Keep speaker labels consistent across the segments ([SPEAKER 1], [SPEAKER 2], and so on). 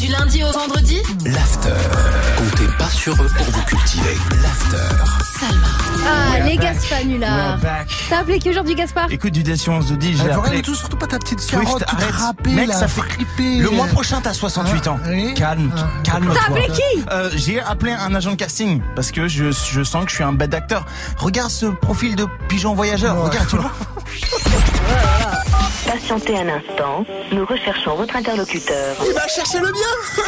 [SPEAKER 1] Du lundi au vendredi,
[SPEAKER 2] L'after. Comptez pas sur eux pour vous cultiver. L'after.
[SPEAKER 1] Salma.
[SPEAKER 3] Ah,
[SPEAKER 4] We're
[SPEAKER 3] les
[SPEAKER 4] back.
[SPEAKER 3] Gaspanulars.
[SPEAKER 4] We're back.
[SPEAKER 3] T'as appelé qui aujourd'hui, Gaspard
[SPEAKER 4] Écoute, du Dance de dit, j'ai
[SPEAKER 5] Eh,
[SPEAKER 4] appelé.
[SPEAKER 5] vraiment, tout, surtout pas ta petite
[SPEAKER 4] Swift,
[SPEAKER 5] carotte toute
[SPEAKER 4] arrête.
[SPEAKER 5] râpée,
[SPEAKER 4] Mec,
[SPEAKER 5] là,
[SPEAKER 4] ça fait
[SPEAKER 5] flipper.
[SPEAKER 4] Le mois prochain, t'as 68 ans.
[SPEAKER 5] Ah, oui.
[SPEAKER 4] Calme,
[SPEAKER 5] Ah.
[SPEAKER 4] calme.
[SPEAKER 3] T'as appelé qui
[SPEAKER 4] J'ai appelé un agent de casting parce que je, je sens que je suis un bête d'acteur. Regarde ce profil de pigeon voyageur.
[SPEAKER 5] Ouais.
[SPEAKER 4] Regarde, tu vois.
[SPEAKER 6] Patientez un instant, nous recherchons votre interlocuteur.
[SPEAKER 2] Il va chercher le bien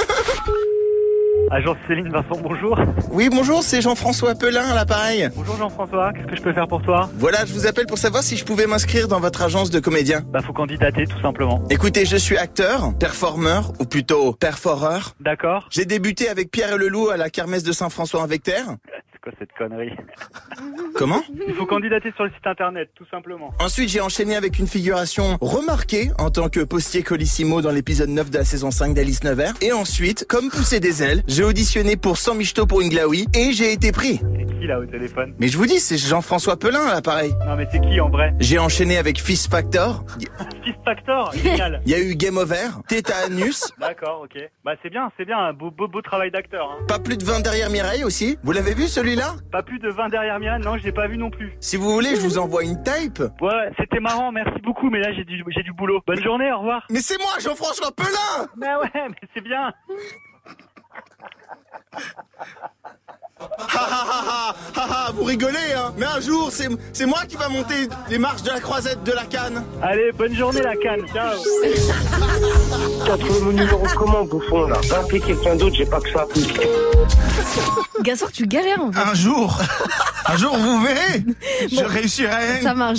[SPEAKER 7] Agence Céline Vincent, bonjour.
[SPEAKER 2] Oui, bonjour, c'est Jean-François Pelin à l'appareil.
[SPEAKER 7] Bonjour Jean-François, qu'est-ce que je peux faire pour toi
[SPEAKER 2] Voilà, je vous appelle pour savoir si je pouvais m'inscrire dans votre agence de comédiens.
[SPEAKER 7] Bah faut candidater tout simplement.
[SPEAKER 2] Écoutez, je suis acteur, performeur, ou plutôt perforeur.
[SPEAKER 7] D'accord
[SPEAKER 2] J'ai débuté avec Pierre et Leloup à la kermesse de Saint-François-en-Vecteur.
[SPEAKER 7] C'est quoi cette connerie
[SPEAKER 2] Comment
[SPEAKER 7] Il faut candidater sur le site internet tout simplement.
[SPEAKER 2] Ensuite, j'ai enchaîné avec une figuration remarquée en tant que postier colissimo dans l'épisode 9 de la saison 5 d'Alice Nevers. Et ensuite, comme poussé des ailes, j'ai auditionné pour 100 michto pour une glaouie et j'ai été pris.
[SPEAKER 7] C'est qui là au téléphone
[SPEAKER 2] Mais je vous dis, c'est Jean-François Pelin à l'appareil.
[SPEAKER 7] Non mais c'est qui en vrai
[SPEAKER 2] J'ai enchaîné avec Fist Factor,
[SPEAKER 7] Fist Factor Génial
[SPEAKER 2] il y a eu Game Over, Tétanus,
[SPEAKER 7] D'accord, ok. Bah c'est bien, c'est bien, un beau beau, beau travail d'acteur. hein.
[SPEAKER 2] pas plus de 20 derrière Mireille aussi. Vous l'avez vu celui-là
[SPEAKER 7] Pas plus de 20 derrière Mireille, non je l'ai pas vu non plus.
[SPEAKER 2] Si vous voulez, je vous envoie une type.
[SPEAKER 7] Ouais, c'était marrant, merci beaucoup, mais là j'ai du, j'ai du boulot. Bonne journée, au revoir.
[SPEAKER 2] Mais c'est moi, Jean-François Pelin
[SPEAKER 7] Bah ouais, mais c'est bien.
[SPEAKER 2] Ha ha ha ha ha ha, vous rigolez hein Mais un jour, c'est c'est moi qui va monter les marches de la croisette de la canne.
[SPEAKER 7] Allez, bonne journée la canne, ciao
[SPEAKER 8] T'as trouvé mon numéro comment, bouffon, là Va appeler quelqu'un d'autre, j'ai pas que ça.
[SPEAKER 3] Gaspard, tu galères en fait.
[SPEAKER 4] Un jour, un jour, vous verrez, je réussirai.
[SPEAKER 3] Ça marche.